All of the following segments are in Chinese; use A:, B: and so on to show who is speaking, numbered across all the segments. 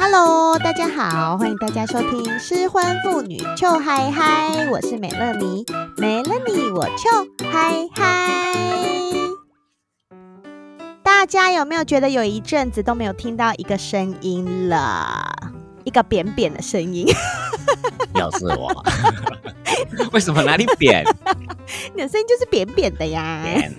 A: Hello，大家好，欢迎大家收听《失婚妇女糗嗨嗨》，我是美乐妮，没了你我糗嗨嗨。大家有没有觉得有一阵子都没有听到一个声音了？一个扁扁的声音，
B: 又是我， 为什么哪里 扁？
A: 你的声音就是扁扁的呀！
B: 扁，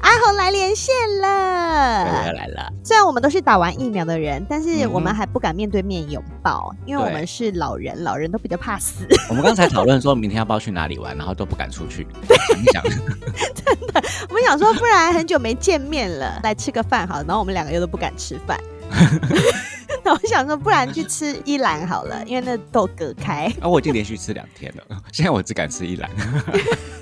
A: 阿红来连线
B: 我
A: 了
B: 又。来了，
A: 虽然我们都是打完疫苗的人，但是我
B: 嗯
A: 们
B: 哼
A: 还不敢面对面拥抱，因为我
B: 对
A: 们是老人，老人都比较怕死。
B: 我们刚才讨论说明天要不要去哪里玩，然后都不敢出去。啊你 想，
A: 我们想说，不然很久没见面了，来吃个饭好了。然后我们两个又都不敢吃 饭。然后我想说，不然去吃一兰好了，因为那都隔开。
B: 啊，我已经连续吃两天了，现在我只敢吃 一篮。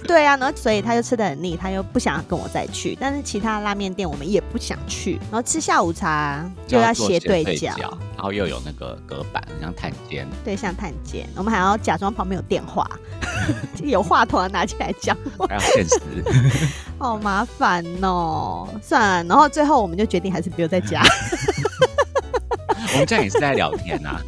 A: 对啊，然后所以他就吃的很腻，他又不想跟我再去。但是其他拉面店我们也不想去。然后吃下午茶就要
B: 做
A: 斜
B: 对
A: 对角，
B: 然后又有那个隔板，很像探监。
A: 对向探监，我们还要假装旁边有电话， 有话筒要拿起来讲话。
B: 还有现实，
A: 好麻烦哦，算了，然后最后我们就决定还是留在家，
B: 我们这样也是在聊天啊。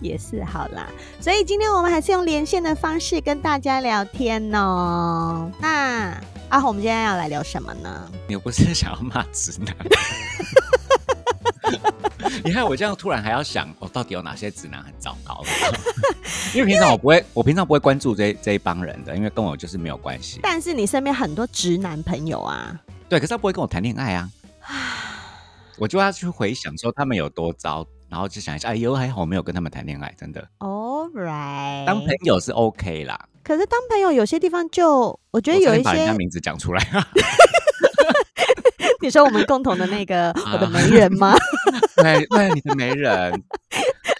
A: 也是好啦。所以今天我们还是用连线的方式跟大家聊天哦。那阿红，我们今天要来聊什么呢？
B: 你不是想要骂直男？ 你看我这样突然还要想，我、到底有哪些直男很糟糕？ 因为平常我不会，我平常不会关注这这一帮人的，因为跟我就是没有关系。
A: 但是你身边很多直男朋友啊，
B: 对，可是他不会跟我谈恋爱啊。我就要去回想说他们有多糟，然后就想一下，哎呦，还好我没有跟他们谈恋爱，真
A: 哦
B: 的。
A: All right，
B: 当朋友是 OK 啦，
A: 可是当朋友有些地方就，我觉得
B: 我差
A: 有
B: 点
A: 一
B: 把人家
A: 些，
B: 名字讲出来，
A: 你说我们共同的那 个
B: 啊
A: 我的媒人吗？
B: 对对，你的媒人，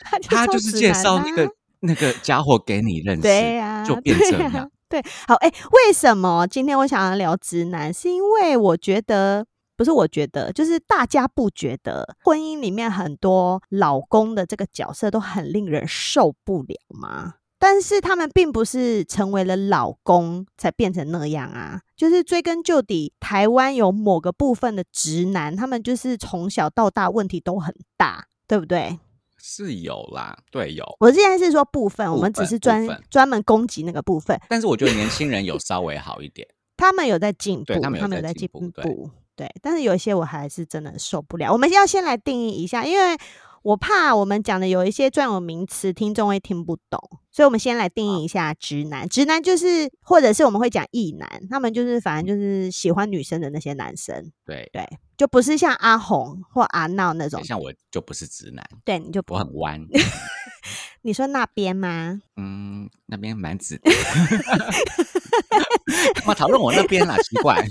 B: 他
A: 超
B: 就是
A: 直
B: 介
A: 男
B: 绍
A: 啊
B: 那个那个家伙给你认识，
A: 对呀、
B: 就
A: 对
B: 变这
A: 呀
B: 样。
A: 对，好，哎、为什么今天我想要聊直男？是因为我觉得，不是我觉得，就是大家不觉得婚姻里面很多老公的这个角色都很令人受不了吗？但是他们并不是成为了老公才变成那样啊，就是追根究底，台湾有某个部分的直男，他们就是从小到大问题都很大，对不对？
B: 是有啦，对有，
A: 我现在是说部分，我
B: 部
A: 们只
B: 分
A: 是
B: 部
A: 专
B: 分
A: 专门攻击那个部分。
B: 但是我觉得年轻人有稍微好一点，
A: 他们有在进步，
B: 对他们有在
A: 在
B: 进步对
A: 步对，但是有一些我还是真的受不了。我们要先来定义一下，因为我怕我们讲的有一些专有名词，听众会听不懂，所以我们先来定义一下直男。直男就是，或者是我们会讲异男，他们就是反正就是喜欢女生的那些男生，
B: 对，
A: 对，就不是像阿红或阿闹那种
B: 对。像我就不是直男，
A: 对，你就不
B: 我 很弯，
A: 你说那边吗？
B: 嗯，那边蛮直的。 干嘛讨论我那边啦？奇怪，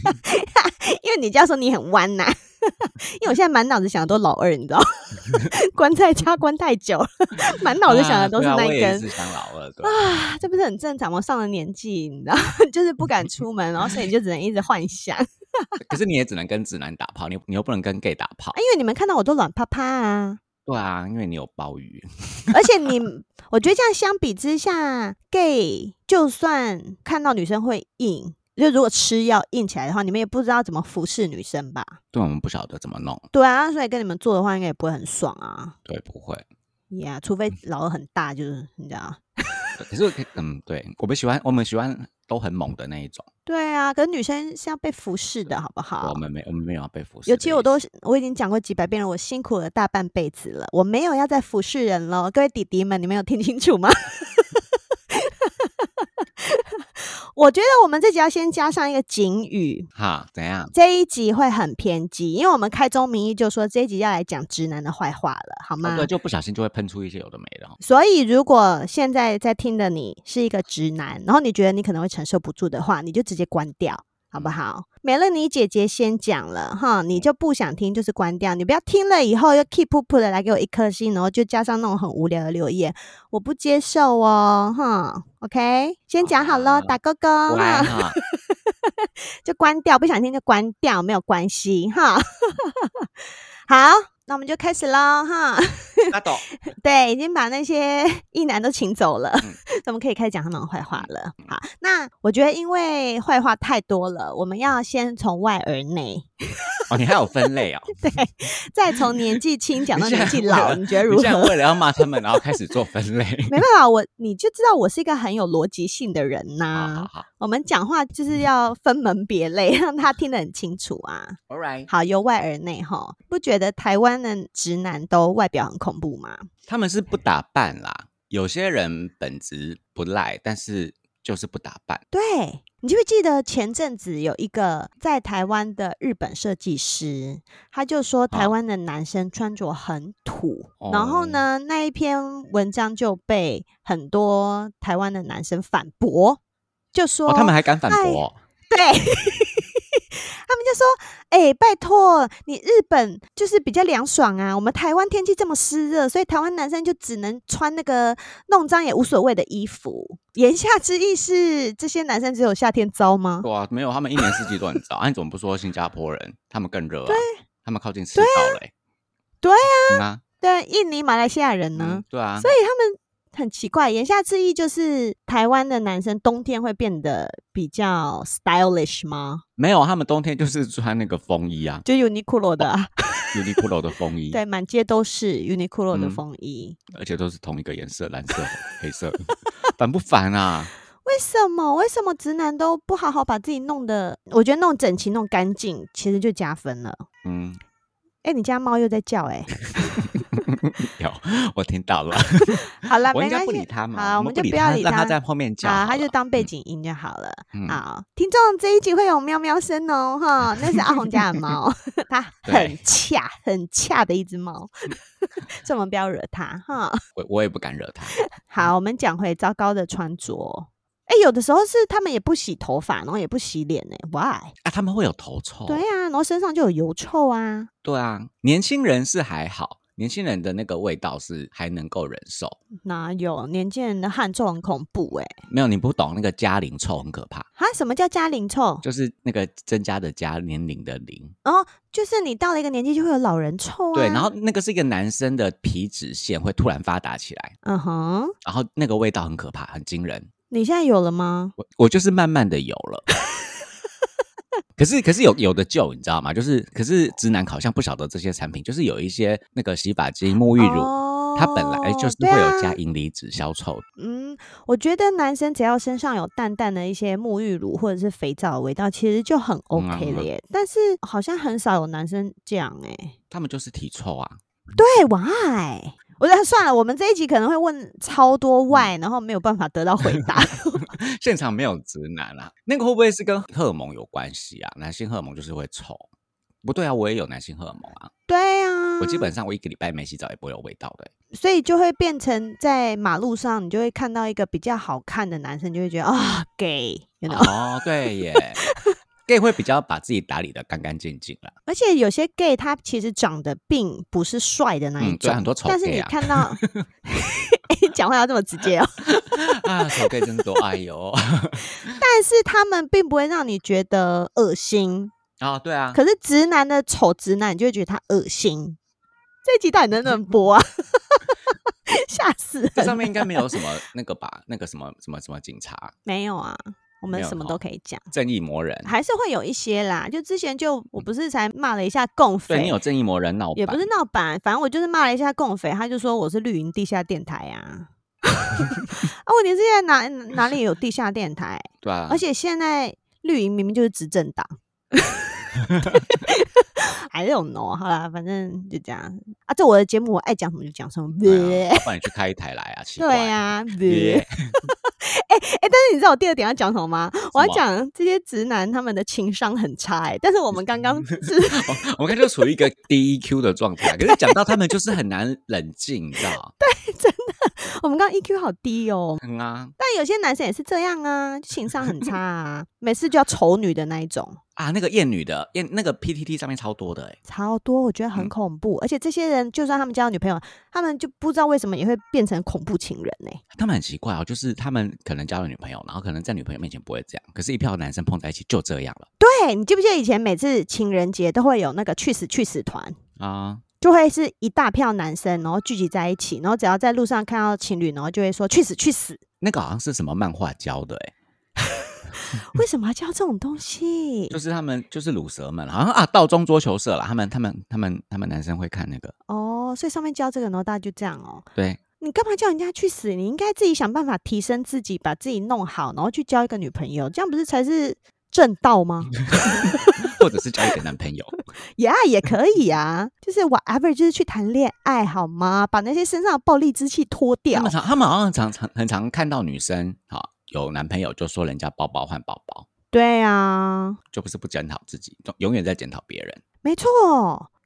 A: 因为你这样说你很弯呐、 因为我现在满脑子想的都老二，你知道， 关在家关太久了，满脑子想的都是
B: 啊
A: 那
B: 对啊我
A: 一
B: 也
A: 根
B: 是想 老二，对，
A: 啊，这不是很正常吗？上了年纪，你知道， 就是不敢出门，然后所以你就只能一直幻想。啊
B: 可是你也只能跟直男打炮，你你又不能跟 gay 打炮，
A: 因为你们看到我都软趴趴啊，
B: 对啊，因为你有鲍鱼，
A: 而且你，我觉得这样相比之下，gay 就算看到女生会硬。就如果吃药硬起来的话，你们也不知道怎么服侍女生吧？
B: 对我们不晓得怎么弄，
A: 对啊，所以跟你们做的话，应该也不会很爽啊。
B: 对，不会。
A: 呀、除非老二很大，就是你知道，
B: 可是我可以嗯，对我们喜欢，我们喜欢都很猛的那一种，
A: 对啊，可是女生是要被服侍的，好不好
B: 我？们没我们没有要被服侍的意思。
A: 尤其我都是我已经讲过几百遍了，我辛苦了大半辈子了，我没有要再服侍人了。各位弟弟们，你们有听清楚吗？ 我觉得我们这集要先加上一个警语，
B: 哈怎样？
A: 这一集会很偏激，因为我们开宗明义就说这一集要来讲直男的坏话了，好吗？
B: 哦对，就不小心就会喷出一些有的没的哦。
A: 所以，如果现在在听的你是一个直男，然后你觉得你可能会承受不住的话，你就直接关掉，好不好？美乐妮姐姐先讲了哈，你就不想听就是关掉，你不要听了以后又 keep 噗噗的来给我一颗星，然后就加上那种很无聊的留言，我不接受哦，哈，OK，先讲好喽，
B: 啊
A: 打勾勾哈
B: 乖，哈，
A: 就关掉，不想听就关掉，没有关系哈。 好，那我们就开始喽哈。
B: 阿斗，
A: 对，已经把那些 异男都请走了，
B: 嗯
A: 我们可以开始讲他们的坏话了。好，那我觉得因为坏话太多了，我们要先从外而内，
B: 哦，你还有分类 哦，
A: 对，再从年纪轻讲到
B: 你竟
A: 年
B: 然
A: 纪老，
B: 为了
A: 你觉得
B: 你
A: 如
B: 现在
A: 何？
B: 为了要骂他们，然后开始做分 类。
A: 没办法，我你就知道我是一个很有逻辑性的人呐、
B: 好嗯好好
A: 我们讲话就是要分门别类， 让他听得很清楚啊。
B: ，All right，
A: 好，由外而内哈，不觉得台湾的直男都外表很恐怖吗？
B: 他们是不打扮啦，有些人本质不赖，但是就是不打扮。
A: 对，你记不记得前阵子有一个在台湾的日本设计师，他就说台
B: 啊
A: 湾的男生穿着很土，然后
B: 哦
A: 呢，那一篇文章就被很多台湾的男生反驳，就说、
B: 哦，他们还敢反
A: 哎
B: 驳哦、
A: 对，他们就说：“哎、拜托，你日本就是比较凉爽啊，我们台湾天气这么湿热，所以台湾男生就只能穿那个弄脏也无所谓的衣服。”言下之意是，这些男生只有夏天糟吗？
B: 对啊，没有，他们一年四季都很糟。啊，你怎么不说新加坡人？他们更热啊，他们靠近赤道嘞、
A: 对
B: 啊，啊，
A: 对，印尼、马来西亚人呢？
B: 嗯，对啊，
A: 所以他们很奇怪，言下之意就是台湾的男生冬天会变得比较 stylish 吗？
B: 没有，他们冬天就是穿那个风衣啊
A: 就 Uniqlo 的、啊，
B: ，Uniqlo 的风 衣，
A: 对，满街都是 Uniqlo 的
B: 嗯
A: 风衣。
B: 而且都是同一个颜色，蓝色、黑色， 烦不烦啊？
A: 为什么？为什么直男都不好好把自己弄得？我觉得弄整齐、弄干净，其实就加分了。
B: 嗯，
A: 哎、你家猫又在叫哎、
B: 有，我听到了，
A: 好了，
B: 我
A: 没
B: 应该
A: 关
B: 不理
A: 系，
B: 他嘛，
A: 好我
B: 们
A: 们就
B: 理
A: 不要
B: 他
A: 理
B: 让
A: 他
B: 在后面叫
A: 好，
B: 好了，
A: 它就当背景音就好了。
B: 嗯，嗯，
A: 好，听众这一集会有喵喵声哦， 哈，那是阿红家的猫，它很
B: 对
A: 恰很恰的一只 猫，所以我们不要惹它哈。
B: 我我也不敢惹 他，
A: 好，我们讲回糟糕的穿着。哎、有的时候是他们也不洗头发，然后也不洗脸呢、why？
B: 啊，他们会有头臭，
A: 对啊，然后身上就有油臭啊。
B: 对啊，年轻人是还好，年轻人的那个味道是还能够忍受，
A: 哪有年轻人的汗臭很恐怖哎、欸！
B: 没有你不懂那个加龄臭很可怕，
A: 啊，什么叫加龄臭？
B: 就是那个增加的加年龄的龄，
A: 哦，就是你到了一个年纪就会有老人臭啊。
B: 对，然后那个是一个男生的皮脂腺会突然发达起来，
A: 嗯哼，
B: 然后那个味道很可怕，很惊人，
A: 你现在有了吗？
B: 我我就是慢慢的有了。可是，可是有有的救，你知道吗？就是，可是直男好像不晓得这些产品，就是有一些那个洗发精、沐浴乳，
A: 哦
B: 它本来就是
A: 对
B: 会有加
A: 啊、
B: 银离子消臭的。
A: 嗯，我觉得男生只要身上有淡淡的一些沐浴乳或者是肥皂的味道，其实就很 OK 了
B: 嗯
A: 耶。但是好像很少有男生这样哎、
B: 他们就是体臭啊，
A: 对，Why？我觉得 算了，我们这一集可能会问超
B: 嗯
A: 多 Why，、然后没有办法得到回 答。
B: 现场没有直男啊，那个会不会是跟荷尔蒙有关系啊？男性荷尔蒙就是会臭，不对啊，我也有男性荷尔蒙啊，
A: 对啊，
B: 我基本上我一个礼拜没洗澡也不会有味道的欸、
A: 所以就会变成在马路上，你就会看到一个比较好看的男生，就会觉得啊、gay，you know、
B: 哦，对 耶，gay 会比较把自己打理的干干净净啦。
A: 而且有些 gay 他其实长得并不是帅的那一
B: 嗯，对
A: 种，
B: 啊，很多丑
A: 但是
B: gay
A: 你
B: 啊，
A: 看到， 诶讲话要这么直 接哦。
B: 啊，丑 gay 真多，哎呦，
A: 但是他们并不会让你觉得恶心，
B: 啊，对啊，
A: 可是直男的丑直男，你就会觉得他恶心。这一集到底能不能播啊？ 吓死
B: 这
A: 人！
B: 上面应该没有什么那个吧，那个什么什么什么警察
A: 没有啊，我们
B: 没有
A: 什么
B: 哈
A: 都可以讲。
B: 正义魔人，
A: 还是会有一些啦，就之前就我不是才骂了一下共
B: 对
A: 匪
B: 你，有正义魔人闹
A: 也不
B: 版
A: 是闹版，反正我就是骂了一下共匪，他就说我是绿营地下电台啊。 啊，问题是现在哪哪里有地下电台？
B: 对啊
A: 而，且现在绿营明明就是执政 党。还是有 no 好啦，反正就这样啊。这我的节目，我爱讲什么就讲什么。
B: 对啊，不然你去开一台来 啊，奇怪，
A: 对呀、啊，
B: 耶，
A: 哎、但是你知道我第二点要讲什么吗？我要
B: 么
A: 讲这些直男他们的情商很差哎、但是我们刚刚是
B: 我我们刚才就处于一个 D E Q 的状态，可是讲到他们就是很难冷静，你知道？
A: 我们刚刚 EQ 好低哦。
B: 嗯啊
A: 但有些男生也是这样啊，就情商很差啊，每次就要丑女的那一种，
B: 啊，那个艳女的艳那个 P T T 上面超多的哎、
A: 超多，我觉得很
B: 嗯
A: 恐怖。而且这些人就算他们交了女朋友，他们就不知道为什么也会变成恐怖情人呢、
B: 他们很奇怪哦，就是他们可能交了女朋友，然后可能在女朋友面前不会这样，可是一票男生碰在一起就这样了
A: 对你记不记得以前每次情人节都会有那个去死去死团？
B: 啊。
A: 就会是一大票男生，然后聚集在一起，然后只要在路上看到情侣，然后就会说去死去死，
B: 欸那个好像是什么漫画教的哎、
A: 为什么要叫这种东西
B: 就？是他们就是乳蛇们，好像啊，道中桌球社啦，他们他们他们他们男生会看那个，
A: 哦，所以上面教这个，然后大家就这样哦。
B: 对，
A: 你干嘛叫人家去死？你应该自己想办法提升自己，把自己弄好，然后去交一个女朋友，这样不是才是正道吗
B: 或者是交一个男朋友，
A: ？Yeah，也可以啊，就是 whatever，就是去谈恋爱好吗？把那些身上的暴力之气脱
B: 他
A: 掉
B: 们。常他们好像常常很常看到女生好有男朋友就说人家包包换包包，
A: 对啊，
B: 就不是不检讨自己，永永远在检讨别人。
A: 没错，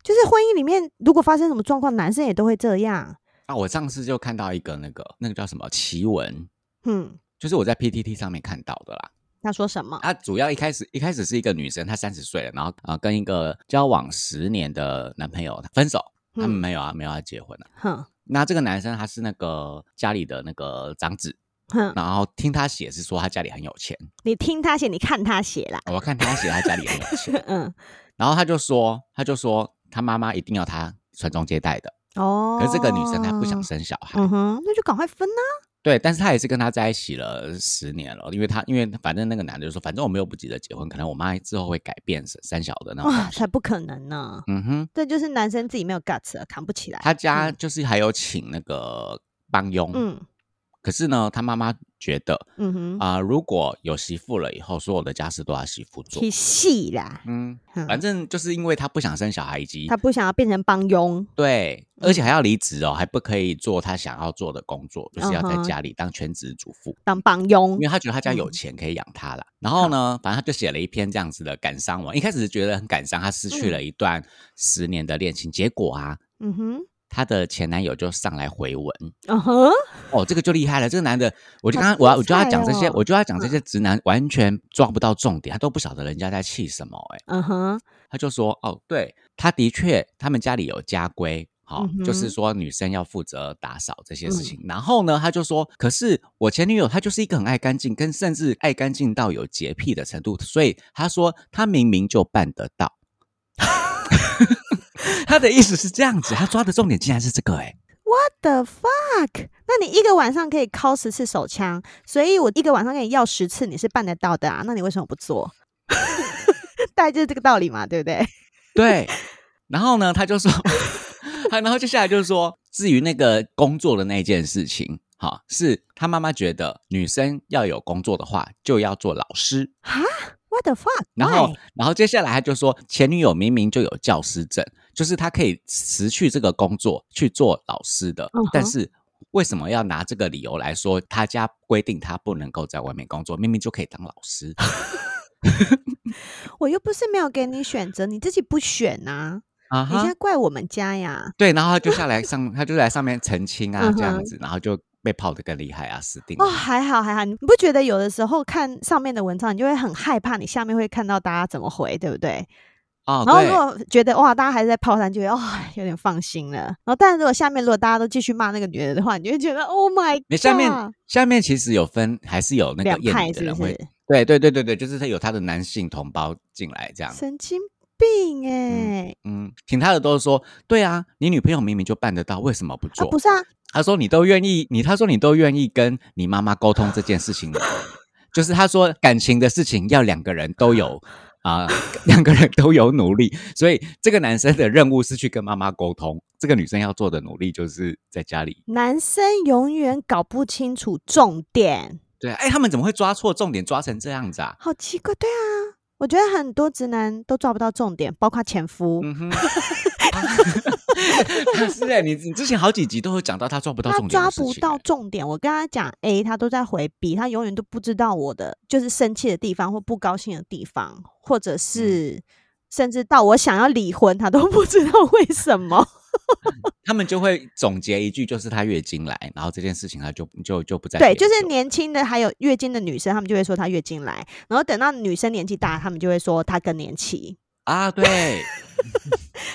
A: 就是婚姻里面如果发生什么状况，男生也都会这样。
B: 啊，我上次就看到一个那个那个叫什么奇闻，
A: 嗯，
B: 就是我在 PTT 上面看到的啦。
A: 他说什么？
B: 她主要一开始一开始是一个女生，她三十岁了，然后啊、呃跟一个交往十年的男朋友分手，他
A: 嗯
B: 们没有啊，没有要结婚啊。
A: 哼
B: 那这个男生他是那个家里的那个长子，
A: 哼，
B: 然后听他写是说他家里很有钱，哦
A: 你听他写，你看他写啦。
B: 我看他写他家里很有钱，
A: 嗯，
B: 然后他就说他就说他妈妈一定要他传宗接代的，
A: 哦。
B: 可是这个女生她不想。生小孩，
A: 嗯哼，那就赶快分呐、
B: 对，但是她也是跟他在一起了十年了，因为她因为反正那个男的就说反正我们又不急着结婚，可能我妈之后会改变生生小的那种
A: 哇，
B: 东西
A: 啊才，不可能呢！
B: 嗯哼。
A: 这就是男生自己没有 guts，啊扛不起来。
B: 他家就是还有请那个帮佣，
A: 嗯
B: 可是呢，他妈妈觉得
A: 嗯哼，
B: 啊、如果有媳妇了以后，所有的家事都要媳妇做
A: 去，戏啦。
B: 嗯，
A: 哼
B: 反正就是因为他不想生小孩，以及
A: 他不嗯想要变成帮佣，
B: 对，而且还要离职哦，还不可以做他想要做的工作，就是要
A: 嗯
B: 在
A: 哼嗯
B: 家里当全职主妇，
A: 当帮佣
B: 因为。他觉得他家有钱可以养他
A: 嗯
B: 啦。然后呢，反正他就写了一篇这样子的感伤文，一开始是觉得很感伤，他失去了一段十年的恋情，结果啊，
A: 嗯哼，
B: 她的前男友就上来回文。
A: 嗯哼，
B: 哦，这个就厉害了。这个男的，我就
A: 好
B: 刚刚我要我
A: 精
B: 就要讲这
A: 彩
B: 些，
A: 哦
B: 我就要讲这些直男完全抓不到重点，他都不晓得人家在气什么、欸。哎，
A: 嗯哼，
B: 他就说，哦，对，他的确，他们家里有家规。好、
A: 嗯
B: 就
A: 哼嗯
B: 是说女生要负责打扫这些事情。然后呢，他就说，可是我前女友她就是一个很爱干净，跟甚至爱干净到有洁癖的程度，所以他说他明明就办得到。 他的意思是这样子，他抓的重点竟然是这个、欸，哎，
A: the fuck？那你一个晚上可以敲十次手枪，所以我一个晚上跟你要十次，你是办得到的啊？那你为什么不做？ 大概就是这个道理嘛，对不对？
B: 对，然后呢，他就说， 他然后接下来就是说，至于那个工作的那件事情，哈，是他妈妈觉得女生要有工作的话，就要做老师。
A: 哈，what the fuck？
B: 然后
A: Why？，
B: 然后接下来他就说，前女友明明就有教师证，就是她可以辞去这个工作去做老师的，
A: 嗯哼
B: 但是为什么要拿这个理由来说，他家规定她不能够在外面工作，明明就可以当老师？
A: 啊我又不是没有给你选择，你自己不选呐、
B: 啊
A: 你现在怪我们家呀？
B: 对，然后他就下来上，他就来上面澄清啊，
A: 嗯
B: 这样
A: 哼
B: 子，然后就被泡得更厉害啊，死定了
A: 哦，。还好还好，你不觉得有的时候看上面的文章，你就会很害怕，你下面会看到大家怎么回，对不对？
B: 哦，
A: 然后
B: 对
A: 如，果觉得哇，大家还是在泡汤，就会哦有点放心了。然后，但是如果下面如果大家都继续骂那个女人的话，你就会觉得 Oh my God，
B: 你下面下面其实有分，还是有那个
A: 两
B: 厌
A: 派
B: 女的
A: 是
B: 人
A: 不
B: 会，
A: 是？
B: 对对对对对，就是他有他的男性同胞进来这样，
A: 神经病哎、
B: 嗯，挺他的都说，对啊，你女朋友明明就办得到，为什么不
A: 啊
B: 做？
A: 不是啊，
B: 他说你都愿意，你他说你都愿意跟你妈妈沟通这件事情 了，就是他说感情的事情要两个人都有啊、两个人都有努力，所以这个男生的任务是去跟妈妈沟通，这个女生要做的努力就是在家里。
A: 男生永远搞不清楚重点，
B: 对啊，哎，他们怎么会抓错重点，抓成这样子啊？
A: 好奇怪。对啊，我觉得很多直男都抓不到重点，包括前夫。
B: 嗯 哼。是哎、你你之前好几集都有讲到他抓不到
A: 他
B: 重点
A: 抓
B: 的事情
A: 不
B: 欸、
A: 到重点，我跟他讲 A，他都在回 B，他永远都不知道我的就是生气的地方或不高兴的地方，或
B: 嗯
A: 者是甚至到我想要离婚，他都不知道为什么。
B: 他们就会总结一句，就是他月经来，然后这件事情他就就就不再
A: 对，
B: 研
A: 就是
B: 究
A: 年轻的还有月经的女生，他们就会说她月经来，然后等到女生年纪大，他们就会说她更年期。
B: 啊，对，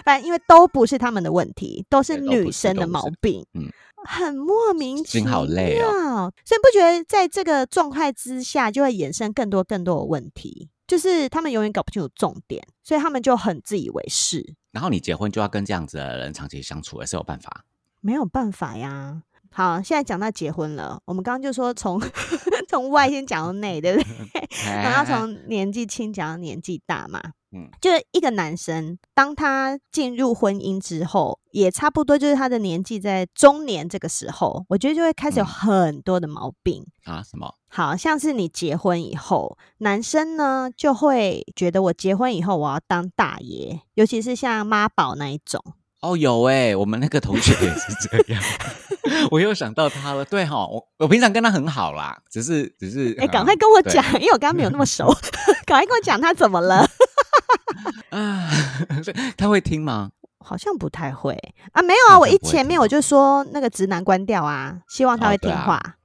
A: 反正因为都不是他们的问题，都是
B: 对都不
A: 女
B: 是
A: 生
B: 都
A: 的
B: 不
A: 毛
B: 是
A: 病，
B: 嗯
A: 很莫名其
B: 心
A: 妙。
B: 好累哦
A: 所以你不觉得在这个状态之下，就会衍生更多更多的问题？就是他们永远搞不清楚重点，所以他们就很自以为是，
B: 然后你结婚就要跟这样子的人长期相处，也是有办法。
A: 没有办法呀。好，现在讲到结婚了，我们刚刚就说从 从外先讲到内，对不对？ 然后
B: 哎
A: 从年纪轻讲到年纪大嘛。
B: 嗯
A: 就是一个男生，当他进入婚姻之后，也差不多就是他的年纪在中年这个时候，我觉得就会开始有
B: 嗯
A: 很多的毛病。
B: 啊什么？
A: 好像是你结婚以后，男生呢就会觉得我结婚以后我要当大爷，尤其是像妈宝那一种。
B: 哦，有哎、我们那个同学也是这样， 我又想到他了。对哈、我我平常跟他很好啦，只是只是
A: 哎、赶
B: 嗯
A: 快跟我
B: 对
A: 讲，因为我刚刚没有那 么熟， 赶快跟我讲他怎么了。
B: 啊， 所以他会听吗？
A: 好像不太会啊，没有啊，
B: 好
A: 我
B: 像
A: 一
B: 不会
A: 前
B: 听
A: 面我就说那个直男关掉啊，希望他
B: 哦
A: 会听
B: 对啊
A: 话。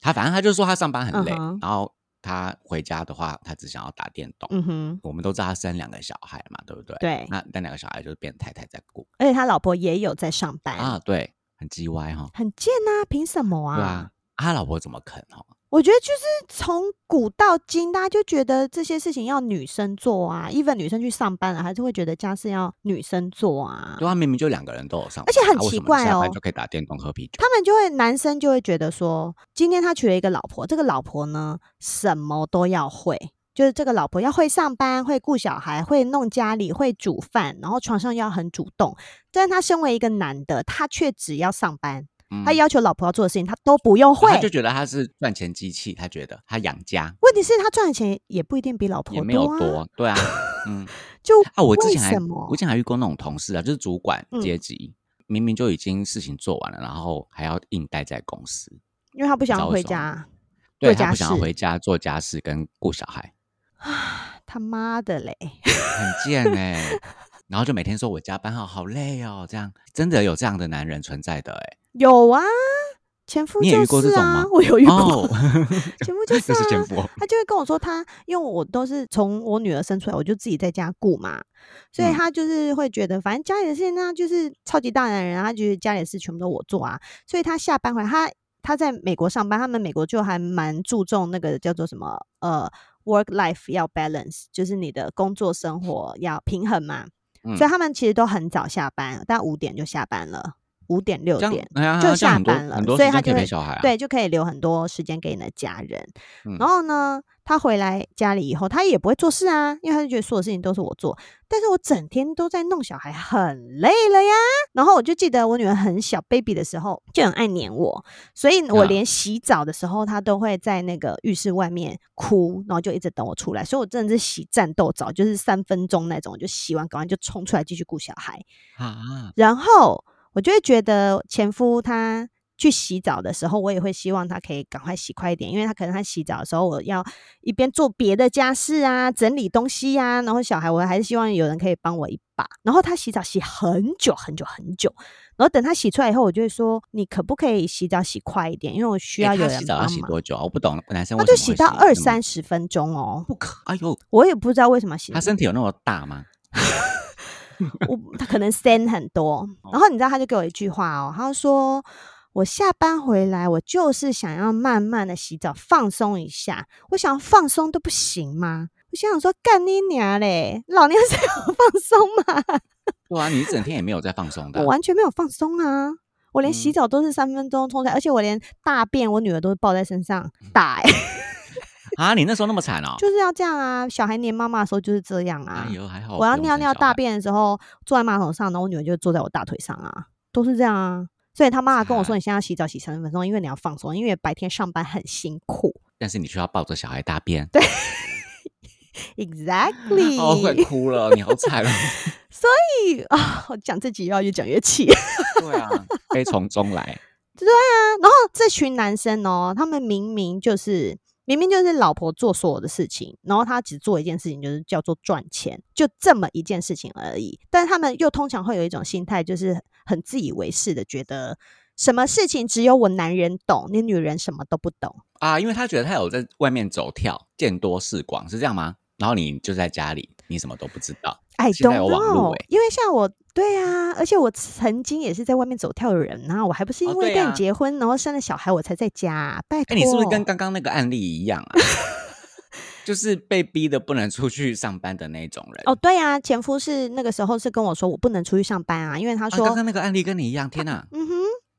B: 他反正他就说他上班很累，
A: 嗯哼
B: 然后他回家的话，他只想要打电动。
A: 嗯哼，
B: 我们都知道他生两个小孩嘛，对不对？
A: 对
B: 那那两个小孩就是变太太在顾
A: 而且他老婆也有在上班，
B: 啊，对，很叽歪哈、
A: 很贱啊，凭什么
B: 对啊，啊他老婆怎么肯哈、
A: 我觉得就是从古到今，大家就觉得这些事情要女生做啊，even 女生去上班了，还是会觉得家事要女生做啊。
B: 对啊，明明就两个人都有上班，
A: 而且很
B: 啊为
A: 奇
B: 什么你
A: 怪
B: 下班
A: 哦
B: 就可以打电动喝啤酒
A: 他们就会男生就会觉得说，今天他娶了一个老婆，这个老婆呢什么都要会，就是这个老婆要会上班，会顾小孩，会弄家里，会煮饭，然后床上要很主动。但是他身为一个男的，他却只要上班，
B: 嗯
A: 他要求老婆要做的事情他都不用会
B: 他。就觉得他是赚钱机器，他觉得他养家
A: 问题是，他赚的钱也不一定比老婆
B: 也
A: 多、啊，
B: 没有多，对啊，嗯
A: 就
B: 啊，我之
A: 为
B: 前还
A: 什么
B: 我之前还遇过那种同事啊，就是主管
A: 嗯
B: 阶级，明明就已经事情做完了，然后还要硬待在公司，
A: 因为他不
B: 知
A: 想
B: 道
A: 回
B: 为什么吗
A: 家。
B: 对
A: 做
B: 他不
A: 家
B: 想要
A: 事
B: 回家做家事跟顾小孩，
A: 他妈的嘞！
B: 很 贱哎、然后就每天说我加班好好累哦，这样真的有这样的男人存在的哎、
A: 有啊，前夫
B: 你也
A: 就
B: 遇过
A: 是
B: 这种
A: 啊
B: 吗，
A: 我有遇过，
B: 哦，
A: 前夫就是
B: 这是
A: 啊
B: 前，夫哦，
A: 他就会跟我说他，因为我都是从我女儿生出来，我就自己在家顾嘛，所以
B: 嗯
A: 他就是会觉得，反正家里的事情呢，就是超级大男人啊，他觉得家里的事全部都我做啊，所以他下班回来，他他在美国上班，他们美国就还蛮注重那个叫做什么呃 work life 要 balance，就是你的工作生活要平衡嘛，
B: 嗯
A: 所以他们其实都很早下班，但五点就下班了，五点六
B: 这样
A: 点。
B: 哎呀，
A: 就
B: 这样
A: 下
B: 很多
A: 班了
B: 很多
A: 所以
B: 时
A: 他
B: 间可
A: 就会
B: 以陪小孩啊，
A: 对，就可以留很多时间给你的家人。
B: 嗯
A: 然后呢，他回来家里以后，他也不会做事啊，因为他就觉得所有事情都是我做，但是我整天都在弄小孩，很累了呀。然后我就记得我女儿很小 baby 的时候，就很爱黏我，所以我
B: 啊
A: 连洗澡的时候，她都会在那个浴室外面哭，然后就一直等我出来。所以我真的是洗战斗澡，就是三分钟那种，就洗完赶快就冲出来继续顾小孩。
B: 啊，
A: 然后我就会觉得前夫他去洗澡的时候，我也会希望他可以赶快洗快一点，因为他可能他洗澡的时候，我要一边做别的家事啊，整理东西呀、然后小孩我还是希望有人可以帮我一把。然后他洗澡洗很久很久很久，然后等他洗出来以后，我就会说你可不可以洗澡洗快一点，因为我需要
B: 哎
A: 有
B: 他
A: 人
B: 洗澡要
A: 帮
B: 洗
A: 忙。
B: 多久啊？我不懂男生
A: 他
B: 为
A: 就
B: 什么
A: 洗
B: 会
A: 到
B: 那么
A: 二三十分钟哦，
B: 不可，哎呦，
A: 我也不知道为什么洗
B: 他身体有那么大吗？
A: 我他可能 send 很多，
B: 哦
A: 然后你知道他就给我一句话哦，他就说我下班回来，我就是想要慢慢的洗澡放松一下，我想要放松都不行吗？我心想说干你娘嘞，老娘 是有放松吗？
B: 对啊，你一整天也没有在放松的
A: 我
B: 啊、
A: 完全没有放松啊，我连洗
B: 嗯
A: 澡都是三分钟冲出来，而且我连大便我女儿都是抱在身上
B: 嗯
A: 打、欸，
B: 啊！你那时候那么惨 哦，
A: 就是要这样啊，小孩黏妈妈的时候就是这样啊
B: 哎。呦，还好
A: 我要
B: 不用
A: 尿
B: 生
A: 尿
B: 小
A: 大
B: 孩
A: 便的时候，坐在马桶上，然后我女儿就坐在我大腿上啊，都是这样啊。所以他妈妈跟我说，
B: 惨
A: 你现在要洗澡洗三十分钟，因为你要放松，因为白天上班很辛苦。
B: 但是你却要抱着小孩大便，
A: Exactly，、
B: 哦，快 哭了，你好 惨哦。
A: 啊，我讲自己又要越讲越气。
B: 对啊，悲从中来。
A: 然后这群男生哦，他们明明就是明明就是老婆做所有的事情，然后他只做一件事情，就是叫做赚钱，就这么一件事情而已。但是他们又通常会有一种心态，就是很自以为是的，觉得什么事情只有我男人懂，你女人什么都不懂。
B: 啊，因为他觉得他有在外面走跳，见多识广，是这样吗？然后你就在家里，你什么都不知道。
A: I
B: 现在
A: don't
B: 有网络
A: know，、
B: 欸
A: 因为像我，对啊，而且我曾经也是在外面走跳的人呐、我还不是
B: 哦
A: 因为
B: 对
A: 跟你
B: 啊
A: 结婚，然后生了小孩我才在家、啊拜
B: 哎、
A: 托，
B: 你是不是跟刚刚那个案例一样啊？ 就是被逼的不能出去上班的那种人。
A: 哦，对啊，前夫是那个时候是跟我说我不能出去上班啊，因为他
B: 啊，
A: 说，
B: 刚刚那个案例跟你一样，天哪、
A: 嗯哼，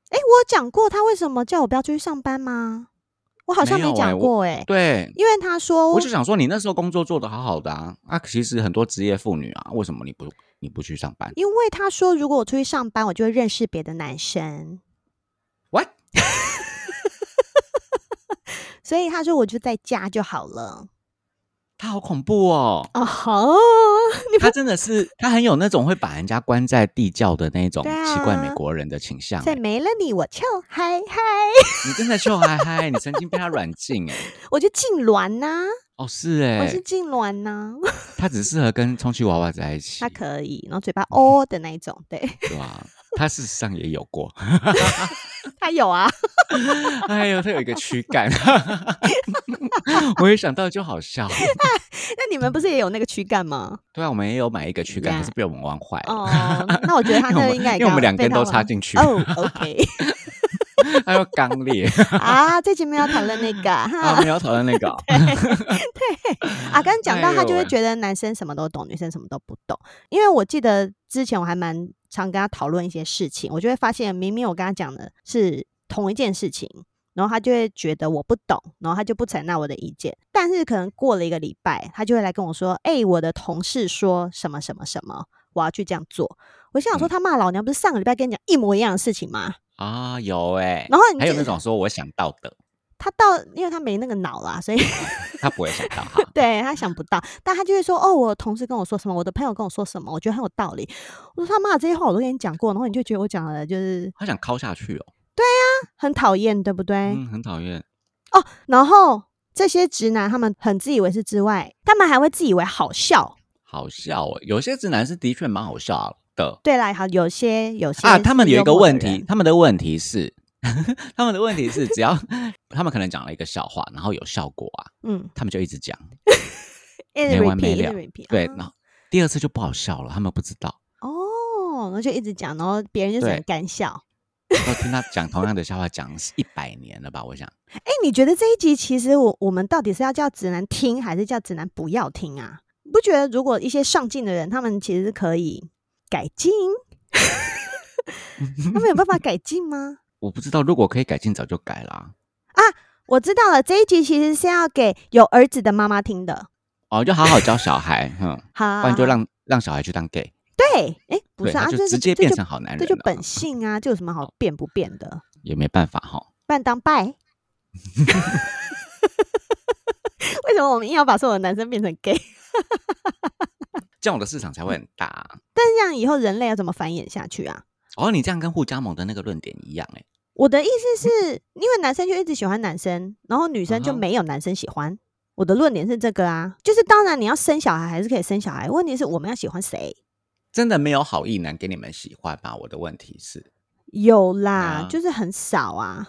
A: 哎、我有讲过他为什么叫我不要出去上班吗？我好像
B: 没有欸
A: 讲
B: 我
A: 过哎、
B: 对，
A: 因为他说
B: 我就想说你那时候工作做得好好的啊，啊，其实很多职业妇女啊，为什么你不你不去上班
A: 因为他说，如果我出去上班，我就会认识别的男生，
B: ？What？
A: 所以他说我就在家就好了。
B: 他好恐怖 哦！
A: 哦吼，
B: 他真的是，他很有那种会把人家关在地窖的那种
A: 对啊
B: 奇怪美国人的倾向欸、
A: 再没了你，我就嗨嗨，
B: 你真的就嗨嗨，你曾经被他软禁哎、
A: 我就痉挛呐，
B: 哦是哎、
A: 我是痉挛呐，
B: 他只适合跟充气娃娃在一起
A: 他，可以，然后嘴巴哦的那一种，对
B: 对吧、他事实上也有过，
A: 他有啊，
B: 哎呦，他有一个躯干， 我一想到就好笑。
A: 那你们不是也有那个躯干吗？
B: 对啊，我们也有买一个躯干，
A: Yeah
B: 可是被我们玩坏了。
A: 哦， 那我觉得他
B: 因为
A: 那
B: 我
A: 个
B: 们
A: 应该也
B: 因为我们
A: 刚
B: 两
A: 被
B: 根
A: 他
B: 都
A: 玩
B: 插进去，
A: 哦，OK
B: 还有刚裂。
A: 啊，这节目要讨论那个
B: 啊，我
A: 哈
B: 们。要讨论那个哦，
A: 啊，刚刚讲到
B: 哎
A: 他就
B: 呦
A: 会
B: 喂
A: 觉得男生什么都懂，女生什么都不懂。因为我记得之前我还蛮常跟他讨论一些事情，我就会发现明明我跟他讲的是同一件事情，然后他就会觉得我不懂，然后他就不采纳我的意见。但是可能过了一个礼拜，他就会来跟我说：“哎、我的同事说什么什么什么，我要去这样做。”我心想说：“
B: 嗯
A: 他骂老娘不是上个礼拜跟你讲一模一样的事情吗
B: 啊，有哎、？”
A: 然后你
B: 还有
A: 就
B: 那种说我想到的，
A: 他到，因为他没那个脑啦，所以
B: 他不会想到哈。
A: 对他想不到，但他就会说：“哦，我同事跟我说什么，我的朋友跟我说什么，我觉得很有道理。”我说：“他妈的，这些话我都跟你讲过，然后你就觉得我讲的就是
B: 他想敲下去哦，
A: 很讨厌，对不对？”
B: 嗯，很讨厌。
A: 然后这些直男他们很自以为是之外，他们还会自以为好笑。
B: 好笑哦，有些直男是的确蛮好笑的
A: 对啦，好有些有些
B: 啊。他们
A: 是
B: 有一
A: 幽
B: 个
A: 默的
B: 问题，
A: 人，
B: 他们的问题是，他们的问题是，只要 他们可能讲了一个笑话，然后有效果啊，
A: 嗯，
B: 他们就一直讲，
A: 一直
B: 没完
A: repeat，
B: 没
A: 一
B: 了
A: 直 repeat，
B: 对，
A: 啊
B: 然后第二次就不好笑了，他们不知道，
A: 哦，然后就一直讲，然后别人就是很
B: 对
A: 干笑。
B: 都听他讲同样的笑话讲一百年了吧？我想，
A: 哎，你觉得这一集其实我我们到底是要叫直男听，还是叫直男不要听啊？你不觉得如果一些上进的人，他们其实是可以改进， 他们有办法改进吗？
B: 我不知道，如果可以改进，早就改啊啦、
A: 我知道了，这一集其实是要给有儿子的妈妈听的。
B: 哦，就好好教小孩，嗯，
A: 好，
B: 不然就
A: 好
B: 让让小孩去当 gay，
A: 对，哎，啊不
B: 对，
A: 是啊，
B: 他
A: 这
B: 就是直接
A: 这
B: 变
A: 就
B: 成好男人
A: 这
B: 了，
A: 就本性啊，这有什么好变不变的？
B: 也没办法哈。
A: 不然当拜。 为什么我们硬要把所有的男生变成 gay？
B: 这样我的市场
A: 嗯
B: 才会很大啊。
A: 那这样以后人类要怎么繁衍下去啊？
B: 哦，你这样跟互加盟的那个论点一样哎、
A: 我的意思是，因为男生就一直喜欢男生，然后女生就
B: 嗯哼
A: 没有男生喜欢。我的论点是这个啊，就是当然你要生小孩还是可以生小孩，问题是我们要喜欢谁？
B: 真的没有好意男给你们喜欢吧？我的问题是，
A: 有啦，
B: 啊
A: 就是很少 啊，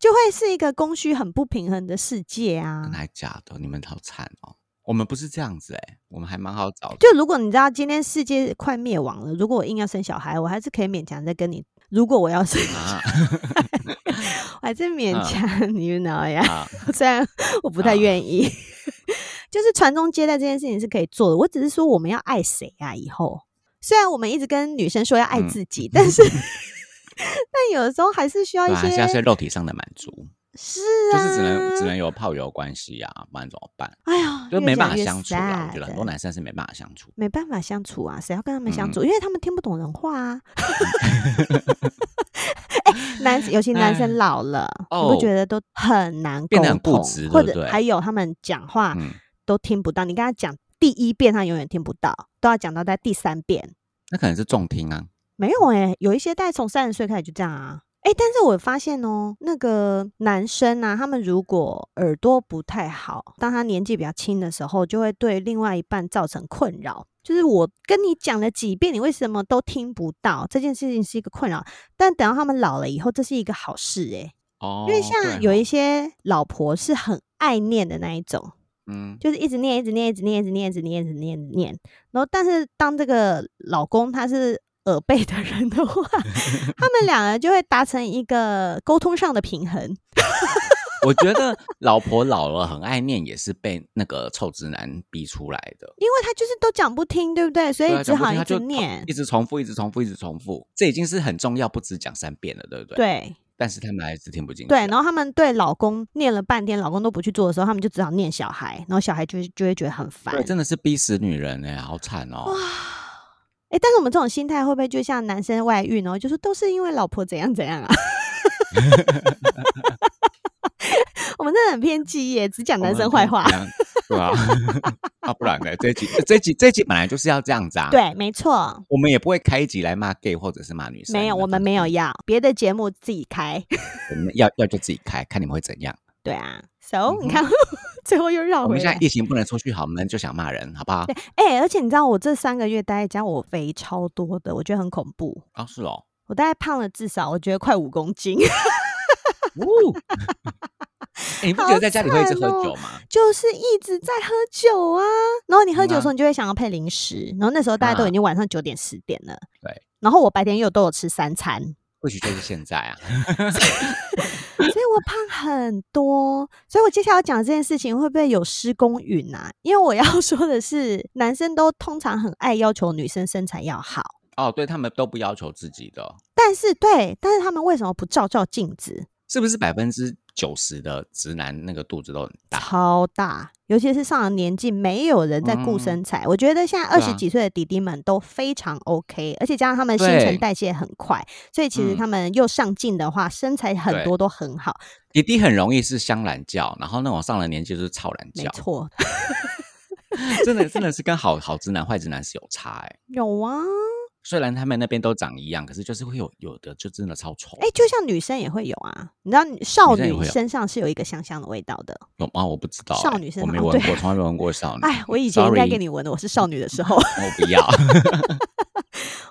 A: 就会是一个供需很不平衡的世界啊
B: 真的。还假的？你们好惨哦。我们不是这样子哎、我们还蛮好找的。
A: 就如果你知道今天世界快灭亡了，如果我硬要生小孩，我还是可以勉强再跟你。如果我要生，
B: 啊
A: 我还是勉
B: 嗯
A: 强、 你 you know 呀。
B: 啊！
A: 虽然我不太
B: 啊
A: 愿意， 就是传宗接代这件事情是可以做的。我只是说我们要爱谁啊？以后虽然我们一直跟女生说要爱
B: 嗯
A: 自己， 但是但有的时候还是需要
B: 对
A: 一
B: 啊，
A: 些
B: 现在是肉体上的满足，
A: 是
B: 就
A: 啊，
B: 是只能只能有炮友关系啊，不然怎么办？
A: 哎呀，
B: 就
A: 越
B: 没
A: 讲
B: 办法
A: 越
B: 相处啊。我觉
A: sad
B: 得
A: 欸
B: 很多男生是没办法相处。
A: 没办法相处啊，谁要跟他们相
B: 嗯
A: 处？因为他们听不懂人话啊。 哎、男尤其男生老了，你
B: 哦
A: 不觉得都很难沟
B: 变得很固
A: 通，
B: 执
A: 或
B: 对不
A: 者
B: 对
A: 还有他们讲话
B: 嗯，
A: 都听不到。你跟他讲第一遍，他永远听不到，都要讲到在第三遍。
B: 那可能是重听啊。
A: 没有哎、有一些大概从三十岁开始就这样啊。哎、但是我发现哦，那个男生啊，他们如果耳朵不太好，当他年纪比较轻的时候，就会对另外一半造成困扰。就是我跟你讲了几遍，你为什么都听不到？这件事情是一个困扰，但等到他们老了以后，这是一个好事哎、
B: 哦，
A: 因为
B: 对
A: 像有
B: 吼
A: 一些老婆是很爱念的那一种，
B: 嗯，
A: 就是一直念，一直念，一直念，一直念，一直念，一直念，一直念。然后，但是当这个老公他是耳背的人的话，他们两个就会达成一个沟通上的平衡。
B: 我觉得老婆老了很爱念，也是被那个臭直男逼出来的。
A: 因为他就是都讲不听，对不对？所
B: 对
A: 以
B: 啊
A: 只
B: 讲不
A: 好
B: 听
A: 一
B: 他
A: 直
B: 就
A: 念
B: 一。直重复，一直重复，一直重复，这已经是很重要，不止讲三遍了，对不对？。
A: 对
B: 但是他们还是听不进去。啊
A: 对，然后他们对老公念了半天，老公都不去做的时候，他们就只好念小孩，然后小孩就会就会觉得很烦
B: 对，。哎真的是逼死女人哎、好惨哦！
A: 哎、但是我们这种心态会不会就像男生外遇呢？就说都是因为老婆怎样怎样啊？ 我们真的很偏激耶，只讲
B: 我
A: 男
B: 们
A: 生
B: 可以
A: 坏话
B: 这。样，对啊， 啊，不然呢？这一集这一集这一集本来就是要这样子啊。，
A: 对，没错，
B: 我们也不会开一集来骂 gay 或者是骂女生的。
A: 没有，我们没有要别的节目自己开。
B: 我们要要就自己开，看你们会怎样。
A: 对啊，so、
B: 嗯哼
A: 你看， 最后又绕
B: 我
A: 回
B: 们现
A: 来
B: 在。疫情不能出去，好，我们就想骂人，好不好？
A: 哎、而且你知道我这三个月待在家，我肥超多的，我觉得很恐怖。
B: 哦，是哦，
A: 我大概胖了至少我觉得快五公斤，
B: 哦，欸你不觉
A: 好
B: 得在家里会一直
A: 惨
B: 喝
A: 哦
B: 酒吗？
A: 就是一直在喝酒啊。然后你喝酒的时
B: 嗯
A: 候，你就会想要配零食，然后那时候大家都已经晚上九点十点了。
B: 对。
A: 然后我白天又都有吃三 餐，
B: 或许就是现在啊，
A: 所以我胖很多。所以我接下来要讲这件事情会不会有失公允啊？因为我要说的是，男生都通常很爱要求女生身材要好，
B: 哦，对他们都不要求自己的，哦
A: 但是对，但是他们为什么不照照镜子？
B: 是不是百分之九十的直男那个肚子都很大？
A: 超大，尤其是上了年纪，没有人在顾
B: 嗯
A: 身材。我觉得现在二
B: 对啊
A: 十几岁的弟弟们都非常 OK，、而且加上他们新
B: 对
A: 陈代谢很快，所以其实
B: 嗯
A: 他们又上进的话，身材很
B: 对
A: 多都很好。
B: 弟弟很容易是香懒觉，然后那种上了年纪就是操懒
A: 没
B: 觉，
A: 错，
B: 真的真的是跟好好直男坏直男是有差哎、
A: 有啊，
B: 虽然他们那边都长一样，可是就是会有有的就真的超丑。
A: 哎、就像女生也会有啊，你知道少
B: 女生也
A: 女
B: 会有
A: 身上是有一个香香的味道的。
B: 有吗？我不知道欸、
A: 少女身
B: 我
A: 上
B: 没
A: 哦
B: 闻
A: 对
B: 过，从来没闻过少女。
A: 哎，我以前应该
B: 嗯 Sorry
A: 给你闻的，我是少女的时候，
B: 我不要。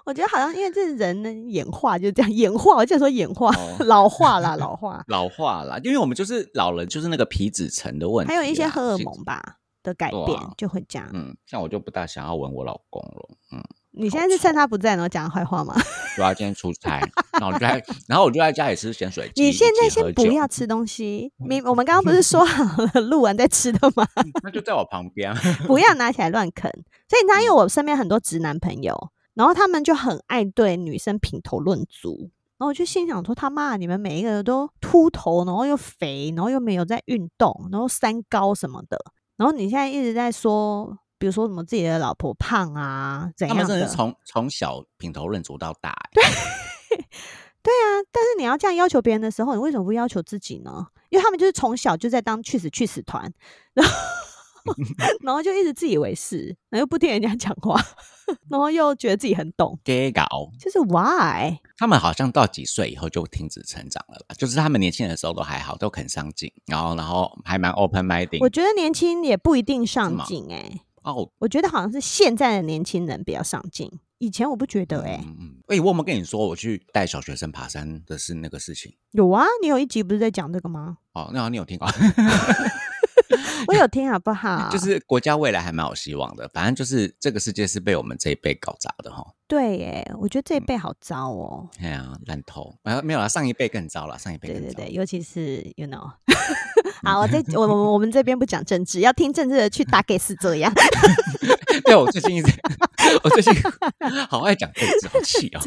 A: 我觉得好像因为这人呢演化就这样演化，我就说演化、
B: 哦
A: 老化啦，老 化，
B: 老化啦，因为我们就是老了，就是那个皮脂层的问题
A: 还
B: 啦，
A: 有一些荷尔
B: 其实
A: 蒙。吧的改
B: 对啊
A: 变就会这样。
B: 嗯，像我就不大想要吻我老公了，嗯，
A: 你
B: 好
A: 现在是趁
B: 丑
A: 他不在然后讲他坏话吗？
B: 对啊，今天出差，那我就在，然后我就在家里吃咸水 鸡，
A: 你现在
B: 一起喝
A: 先不
B: 酒嗯
A: 要，吃东西，你我们刚刚不是说好了录完再吃的吗？
B: 那就在我旁边，
A: 不要拿起来乱啃。所以你知道，
B: 嗯
A: 因为我身边很多直男朋友，然后他们就很爱对女生品头论足。然后我就心想说：“他妈，你们每一个人都秃头，然后又肥，然后又没有在运动，然后三高什么的。然后你现在一直在说，比如说什么自己的老婆胖啊，怎
B: 他
A: 样
B: 们真
A: 的
B: 的是？从从小品头论足到大、欸，
A: 对啊，但是你要这样要求别人的时候，你为什么不要求自己呢？因为他们就是从小就在当去死去死团，然 后然后就一直自以为是，然后又不听人家讲话，然后又觉得自己很懂，
B: gay 搞，
A: 就是 why？
B: 他们好像到几岁以后就停止成长了吧？就是他们年轻的时候都还好，都肯上进，然后然后还蛮 open
A: 我
B: minded。
A: 觉得年轻也不一定上
B: 吗
A: 进哎、
B: 哦，
A: 我觉得好像是现在的年轻人比较上进，以前我不觉得哎、
B: 嗯嗯，哎、我有没有跟你说我去带小学生爬山的是那个事情？
A: 有啊，你有一集不是在讲这个吗？
B: 哦，那你有听过？
A: 我有听好不好？
B: 就是国家未来还蛮有希望的，反正就是这个世界是被我们这一辈搞砸的哈。
A: 对哎、我觉得
B: 嗯
A: 这一辈好糟哦。
B: 哎呀，烂透！啊，没有啦，上一辈更糟了，上一辈
A: 对
B: 更
A: 对
B: 糟。
A: 对，尤其是 you know，好，我这我我我们这边不讲政治，要听政治的 去打给是这样，
B: 对，我最近一直， 我最近好爱讲政治，好气 哦。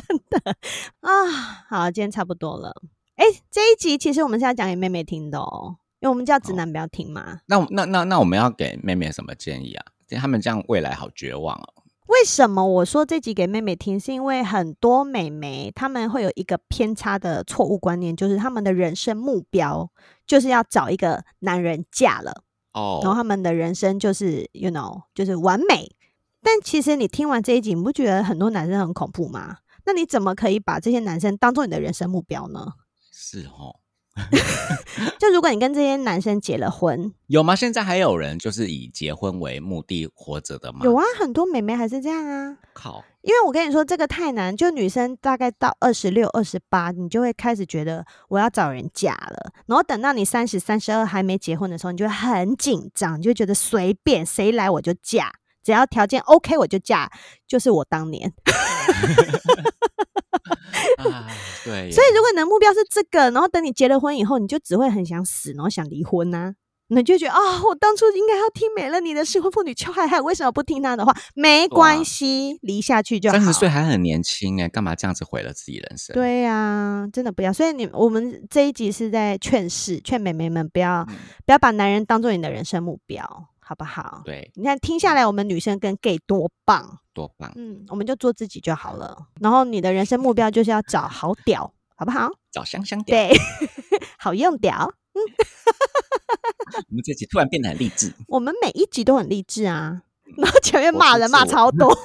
A: 啊。好，今天差不多了。哎，这一集其实我们是要讲给妹妹听的哦，因为我们叫直
B: 好
A: 男不要听嘛。
B: 那我那那那我们要给妹妹什么建议啊？他们这样未来好绝望哦。
A: 为什么我说这集给妹妹听？是因为很多美眉她们会有一个偏差的错误观念，就是她们的人生目标就是要找一个男人嫁了。
B: 哦，
A: 然后他们的人生就是 you know 就是完美。但其实你听完这一集，你不觉得很多男生很恐怖吗？那你怎么可以把这些男生当做你的人生目标呢？
B: 是哦，
A: 就如果你跟这些男生结了婚，
B: 有吗？现在还有人就是以结婚为目的活着的吗？
A: 有啊，很多美眉还是这样啊。
B: 靠，
A: 因为我跟你说，这个太难。就女生大概到二十六、二十八，你就会开始觉得我要找人嫁了。然后等到你三十、三十二还没结婚的时候，你就会很紧张，你就会觉得随便谁来我就嫁，只要条件 OK 我就嫁，就是我当年。
B: 啊，对耶，
A: 所以如果你的目标是这个，然后等你结了婚以后，你就只会很想死，然后想离婚呐、那你就觉得啊、我当初应该要听美乐你的失婚妇女邱海海，为什么不听她的话？没关系，离下去就好。
B: 三十岁还很年轻哎，干嘛这样子毁了自己人生？，
A: 对呀、真的不要。所以你我们这一集是在劝世，劝美眉们不要、
B: 嗯
A: 不要把男人当做你的人生目标，好不好？
B: 对，
A: 你看听下来，我们女生跟 gay 多棒，
B: 多棒！
A: 嗯，我们就做自己就好了。然后你的人生目标就是要找好屌，好不好？
B: 找香香点，
A: 对， 好用屌。
B: 我们这集突然变得很励志。
A: 我们每一集都很励志啊，然后前面
B: 我
A: 骂
B: 是
A: 人
B: 自
A: 骂
B: 我
A: 超多。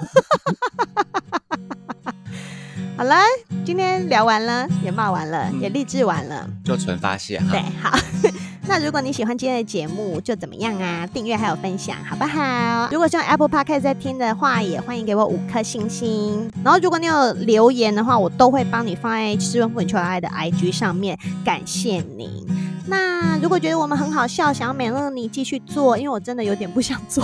A: 好了，今天聊完了，也骂完了，也
B: 嗯
A: 励志完了。
B: 就纯发泄哈
A: 对。，好。 那如果你喜欢今天的节目，就怎么样啊？订阅还有分享，好不好？如果是用 Apple Podcast 在听的话，也欢迎给我五颗星星。然后，如果你有留言的话，我都会帮你放在失温妇女求爱的 IG 上面，感谢您。那如果觉得我们很好笑，想要美乐你继续做，因为我真的有点不想做，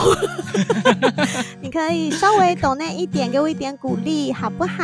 A: 你可以稍微抖那一点，给我一点鼓励，好不好？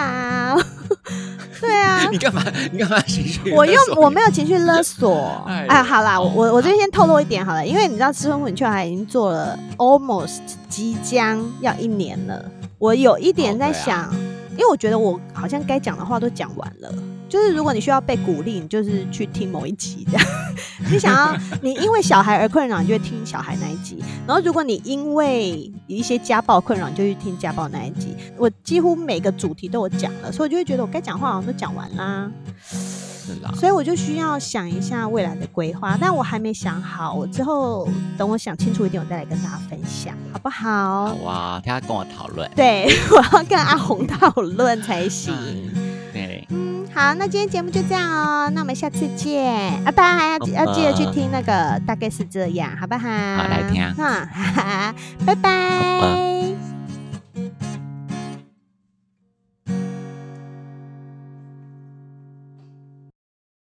A: 对啊，
B: 你干嘛？你干嘛情绪勒索？。
A: 我又我没有情绪勒索
B: 哎
A: 哎，好啦，
B: 好
A: 我我我这边先透露一点好了，因为你知道《失婚混圈》还已经做了 almost 即将要一年了，我有一点
B: 哦
A: 在
B: 对啊
A: 想，因为我觉得我好像该讲的话都讲完了。就是如果你需要被鼓励，你就是去听某一集这样。 你想要你因为小孩而困扰，你就会听小孩那一集；然后如果你因为一些家暴困扰，你就去听家暴那一集。我几乎每个主题都有讲了，所以我就会觉得我该讲话好像都讲完啦。
B: 是啦，
A: 所以我就需要想一下未来的规划，但我还没想好，我之后等我想清楚一点，我再来跟大家分享，好不好？
B: 好啊，他要跟我讨论。
A: 对，我要跟阿红讨论才行。
B: 对，
A: 嗯，好，那今天节目就这样哦，那我们下次见，拜拜，要记
B: 好
A: 要
B: 吧
A: 记得去听那个，大概是这样，好不好？好
B: 来听
A: 那拜拜。
B: 吧